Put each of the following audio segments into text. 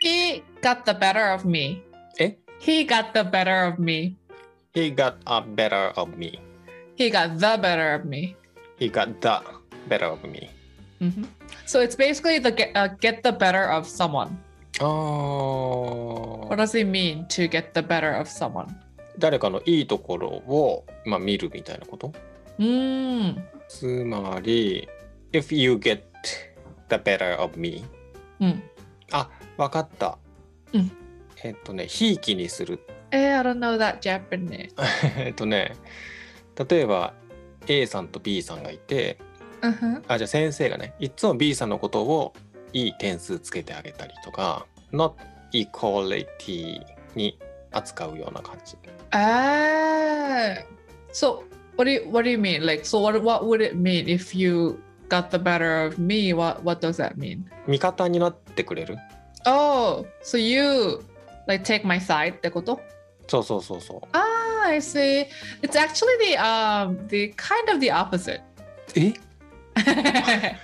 He got the better of me. え He got the better of me. He got a better of me. He got the better of me. He got the better of me. Mhm. So it's basically the get, uh, get the better of someone. あ What ー does it mean to get the better of someone? 誰かのいいところを、まあ、見るみたいなことうん。つまり、If you get the better of me. うん。あ、わかった。うんえっとね、ひいきにする Eh, I don't know that Japanese. えっとね例えば A さんと B さんがいて Uh-huh. あじゃあ先生がねいつも B さんのことをいい点数つけてあげたりとか not equality に扱うような感じ Ah. So what do you what do you mean? Like so what what would it mean if you got the better of me? What what does that mean? 味方になってくれる Oh, so you like take my side ってことそうそうそうそう Ah, I see. It's actually the um the kind of the opposite. えあ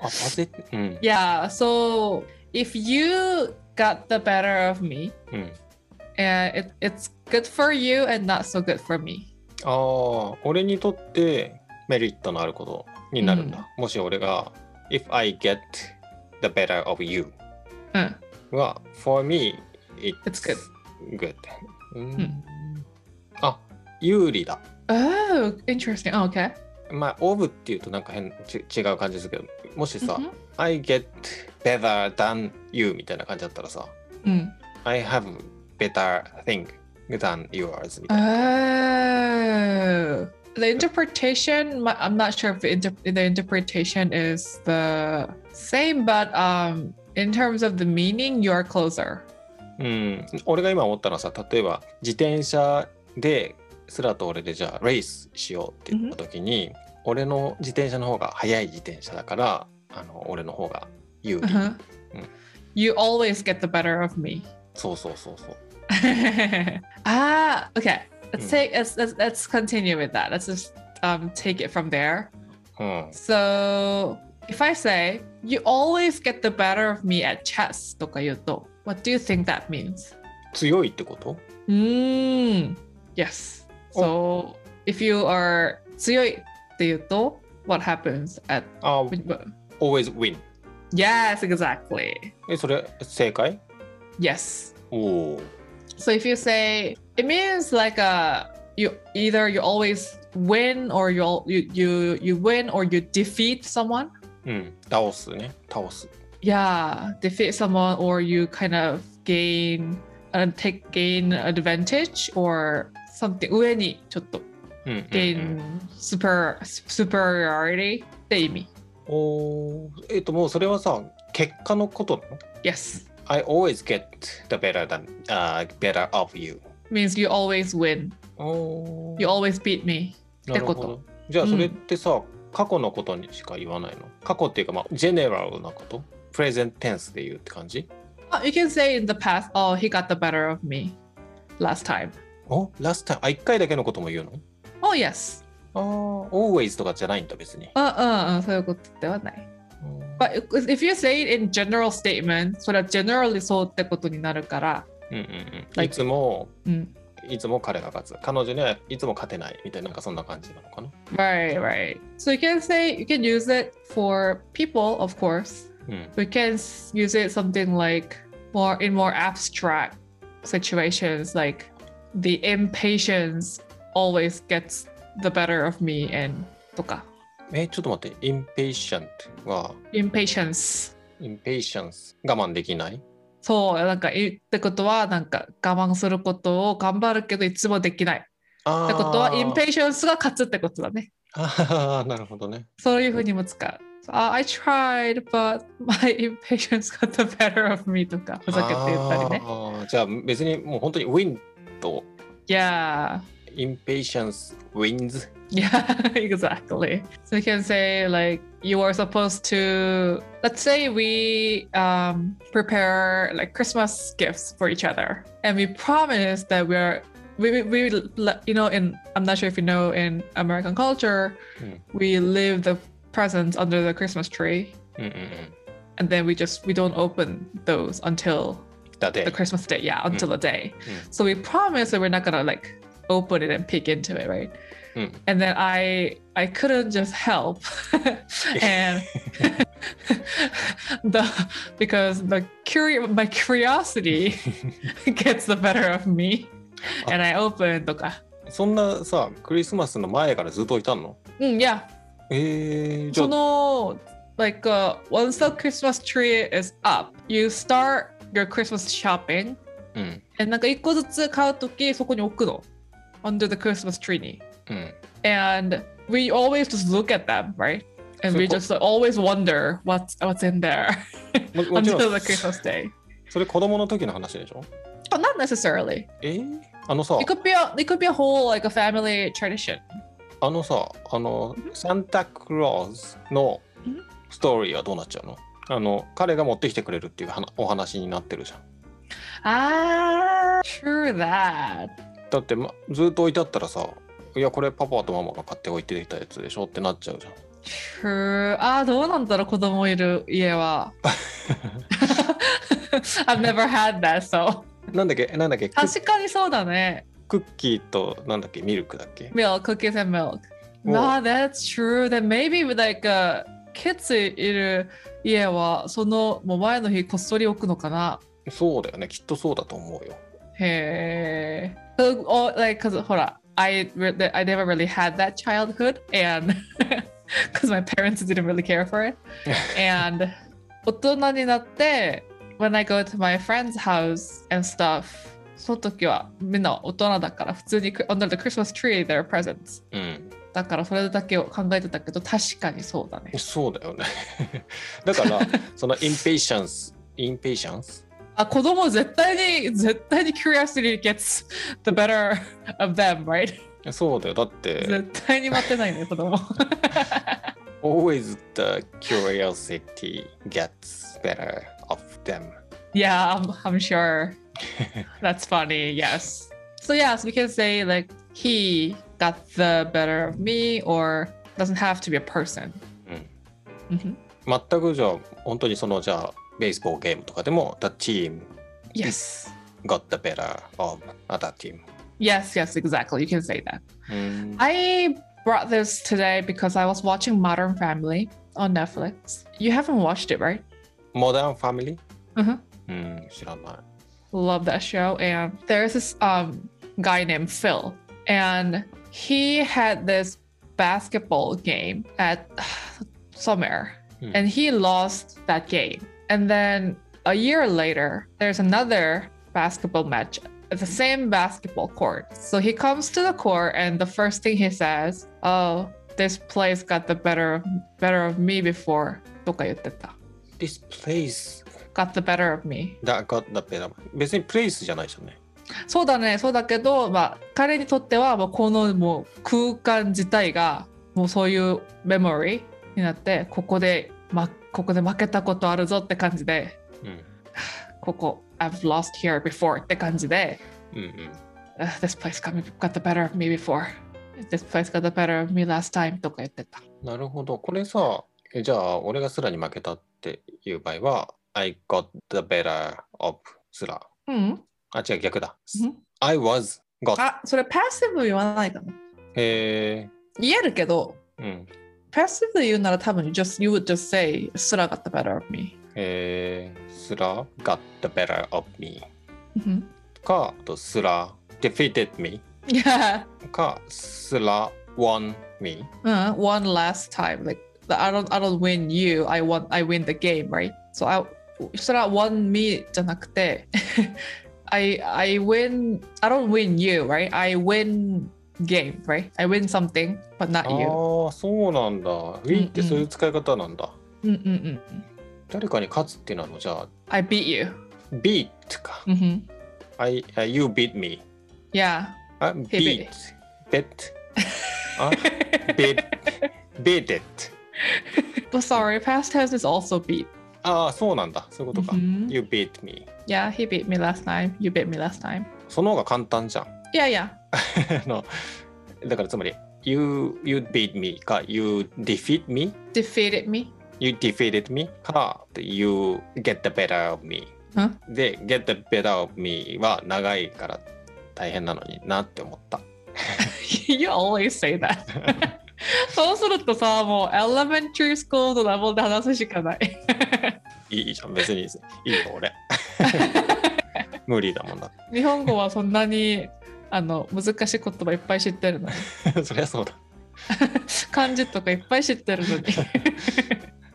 パゼうん yeah, so if you got the better of me, うん uh, it, it's good for you and not so good for me. ああ俺にとってメリットのあることになるんだ、もし俺が If I get the better of you うんは For me it's It's good. good うんんあ有利だ Oh, interesting. Oh, okay. まあ of っていうとなんか変ち違う感じするけどもしさ、 Mhm. I get better than you みたいな感じだったらさ Mm. I have better thing than yours みたいな Oh. The interpretation, my- I'm not sure if the, inter- the interpretation is the same, but um, in terms of the meaning, you're closer. うん俺が今思ったのはさ例えば自転車ですらと俺でじゃあレースしようって言った時に、俺の自転車の方が速い自転車だからあの俺の方が有利、 Uh-huh. Mm. You always get the better of me. そうそうそうそう ah, okay. Let's Mm. take let's, let's let's continue with that. Let's just um take it from there. うん、 So if I say you always get the better of me at chess とか言うと what do you think that means? 強いってこと Mm, yes. So if you are 強いって言うと what happens at あ always win Yes, exactly. えそれ正解 Yes. おお So if you say it means like uh you either you always win or you al- you you you win or you defeat someone. うん倒すね倒す Yeah, defeat someone or you kind of gain uh, take gain advantage or something. 上にちょっとうんうんうん gain super superiority って意味。おーえっともうそれはさ結果のことなの Yes. I always get the better than、uh, better of you Means you always win. おー You always beat me. なるほどってこじゃあそれってさ、過去のことにしか言わないの過去っていうかまあジェネラルなことプレゼンテンスで言うって感じ Oh, you can say in the past, oh he got the better of me last time. おラスタイあ一回だけのことも言うの Oh yes. ああ always とかじゃないんだ別にうんうんうん、そういうことではない。But if you say it in general statement, それは generally そうってことになるから、うんうんうん、 Like- いつもうん。いつも彼が勝つ彼女にはいつも勝てないみたいななんかそんな感じなのかな Right, right. So you can say, you can use it for people, of course. うん We can s- use it something like more in more abstract situations, like the impatience always gets the better of me and とか、えちょっと待って impatient は impatience。 impatience 我慢できないそう、なんか、いってことは、なんか我慢することを頑張るけど、いつもできない。あっあてことは、インペイーションスが勝つってことだね。あ あなるほどねそういうふうにも使う。あ I tried, but my impatience got the better of me とか、ふざけて言ったりね。あーじゃあ別にもう本当に win と Yeah, impatience wins yeah, exactly. So you can say, like, you are supposed to, let's say we um, prepare like Christmas gifts for each other, and we promise that we're. We, we, we, le- you know, in I'm not sure if you know, in American culture, Mm. we leave the presents under the Christmas tree うんうん and then we just we don't open those until that day. the Christmas day. Yeah, until the day. Mm. So we promised that we're not gonna like open it and peek into it, right? Mm. And then I I couldn't just help, and the because the curi- my curiosity gets the better of me, and I ah, opened とか。 そんなさクリスマスの前からずっといたのうん、いや。えー、じゃ So あ no, like uh, once the Christmas tree is up, you start your Christmas shopping. うんえなんか一個ずつ買うときそこに置くの。Under the Christmas tree に。うん And we always just look at them, right? And そう we こ just always wonder what's, what's in there ももちろ until ん the Christmas day. それ子供の時の話でしょ Oh, not necessarily. えー、あのさ It could be a it could be a whole like a family tradition. あのさあのサンタクロースのうんストーリーはどうなっちゃうのあの彼が持ってきてくれるっていう話お話になってるじゃん Ah, true that. だって、ま、ずっと置いてあったらさ「いやこれパパとママが買って置いてきたやつでしょ」ってなっちゃうじゃん True. あーどうなんだろう子供いる家は。I've never had that, so なんだっけなんだっけクッ確かにそうだね。クッキーとなんだっけミルクだっけ Milk, cookies and milk. お No, that's true. Then maybe like、uh, kids いる家はそのもう前の日こっそり置くのかな。そうだよねきっとそうだと思うよへえ。So, oh, like, 'cause- ほら、I, re- I never really had that childhood, and because my parents didn't really care for it. and 大人になって、when I go to my friend's house and stuff, その時はみんな大人だから、普通に under the Christmas tree, there are presents. うんだからそれだけを考えてたけど、確かにそうだね。そうだよね だからそのインペーシャンスインペーシャンスあ、子供絶対に、絶対に curiosity gets the better of them, right? そうだよ だって絶対に待ってないね、子供。 「always the curiosity gets better of them Yeah, I'm, I'm sure. That's funny. Yes. So yes, we can say like he got the better of me, or doesn't have to be a person. うん」 Mhm. 全くじゃあ本当にそのじゃあベースボールゲームとかでも「the team Yes. got the better of other team Yes. Yes. Exactly. You can say that.」うん、 I brought this today because I was watching Modern Family on Netflix. You haven't watched it, right? モダンファミリー Mhm. うん、知らない。 love that show and there's this um guy named phil and he had this basketball game at somewhere Hmm. and he lost that game and then a year later there's another basketball match at the same basketball court so he comes to the court and the first thing he says oh this place got the better of, better of me before とか言ってた This place got the better of me that got the better. 別に place じゃないじゃんね。そうだねそうだけど、まあ、彼にとってはもうこのもう空間自体がもうそういうメモリーになってここで、ま、ここで負けたことあるぞって感じでうん。ここ I've lost here before って感じでうんうん。 Uh, This place got, me, got the better of me before This place got the better of me last time とか言ってたなるほど。これさ、えじゃあ、俺がスラに負けたっていう場合は、I got the better of スラ。うんあ、違う、逆だ。うん I was got. あそれパッシブ言わないかなへえ。言えるけどうん。パッシブ言うなら多分 just, you would just say すら got the better of me へえ。スラ got the better of me うんか、あとスラ defeated me Yeah か、スラ won me。 uh, one last time like the- i don't i don't win you i won i win the game right so i so that won me じゃなくて i i win i don't win you right i win game right i win something but あ not あ you ー、そうなんだ。we ってそういう使い方なんだ。Mm, Mm-mm-mm. 誰かに勝つっていうのはじゃあ i beat you beat か。 hmm I, I you beat me. yeah あ beat Hey, bet あ beat beat it. but sorry past tense is also beat ああそうなんだそういうことか。 Mhm. You beat me. yeah he beat me last time you beat me last time その方が簡単じゃん。 yeah yeah あのだからつまり you you beat me か you defeat me defeated me You defeated me か You get the better of me んで Get the better of me は長いから大変なのになって思った you always say that そうするとさもう elementary school のレベルで話すしかない いいじゃん別にいいよ俺 無理だもんだ日本語はそんなにあの難しい言葉いっぱい知ってるの に そりゃそうだ漢字とかいっぱい知ってるのに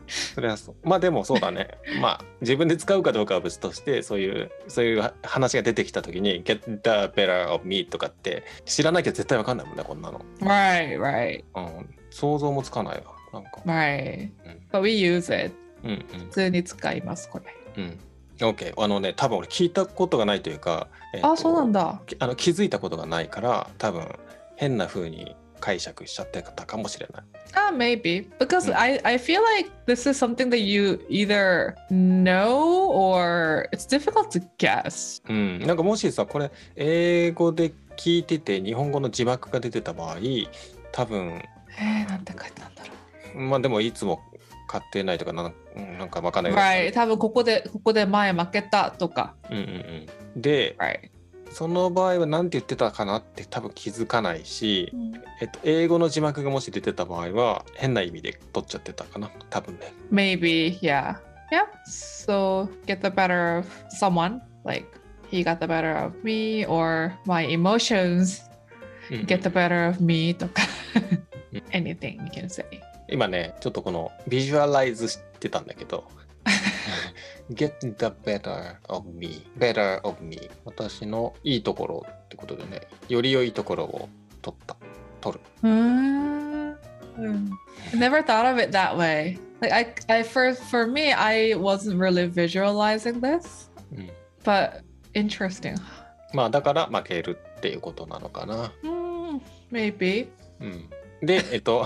それはそうまあでもそうだねまあ自分で使うかどうかは別としてそういうそういうは話が出てきた時に「Get the better of me」とかって知らなきゃ絶対わかんないもんねこんなの、 right right うん、想像もつかないわなんか right うん but we use it うん普通に使いますこれうんうん OK あのね多分俺聞いたことがないというか、えっとあそうなんだきあの気づいたことがないから多分変な風に解釈しちゃってたかもしれない Ah, maybe because Mm. I I feel like this is something that you either know or it's difficult to guess. うん、なんかもしさこれ英語で聞いてて日本語の字幕が出てた場合多分えー、なんて書いてあるんだろう。まあでもいつも買ってないとかなんうんなんかわかんない Right. 多分ここでここで前負けたとか。うんうんうん、で Right. その場合は何て言ってたかなって多分気づかないし、えっと、英語の字幕がもし出てた場合は変な意味で取っちゃってたかな多分ね Maybe. Yeah. Yeah. So get the better of someone. Like he got the better of me or my emotions うんうん get the better of me とか。Anything you can say. 今ねちょっとこのビジュアライズしてたんだけど Get the better of me better of me 私のいいところってことでねより良いところを取った取るうーん Hmm. I never thought of it that way. Like I, I for for me, I wasn't really visualizing this, うん、 but interesting. まあだから負けるっていうことなのかな Hmm, maybe. うんでえっと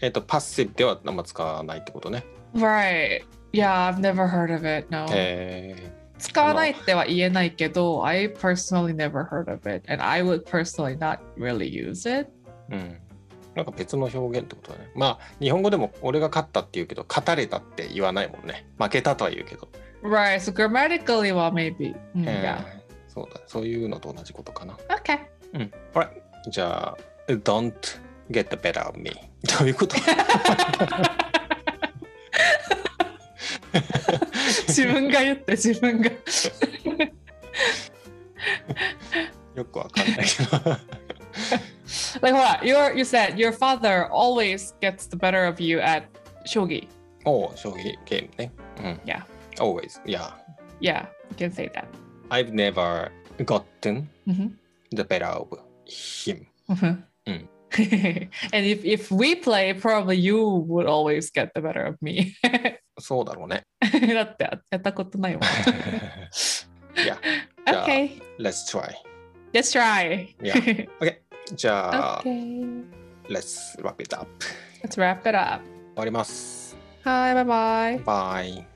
えっとパッシブではあんま使わないってことね Right. Yeah, I've never heard of it. No. へえ使わないっては言えないけど I personally never heard of it, and I would personally not really use it. うん、なんか別の表現ってことだね。まあ日本語でも俺が勝ったって言うけど勝たれたって言わないもんね。負けたとは言うけど。 Right. So grammatically, well, maybe. Mm, えー yeah. そうだそういうのと同じことかな。 Okay. うん。ほらじゃあ Don't get the better of me どういうこと 自分が言って自分が。よくわかんないけど。 Like what? Your you said your father always gets the better of you at shogi. おう将棋ゲームね。うん。 Yeah. Always. Yeah. Yeah, you can say that. I've never gotten Mhm. the better of him. Mhm. Mm. and if if we play, probably you would always get the better of me. そうだろう ね。 だってやったことないもん。いや、Yeah. okay, Let's try. let's try. Yeah. Uh. じゃあ、 okay, Let's wrap it up. let's wrap it up. 終わります。 Hi, bye bye. バイ。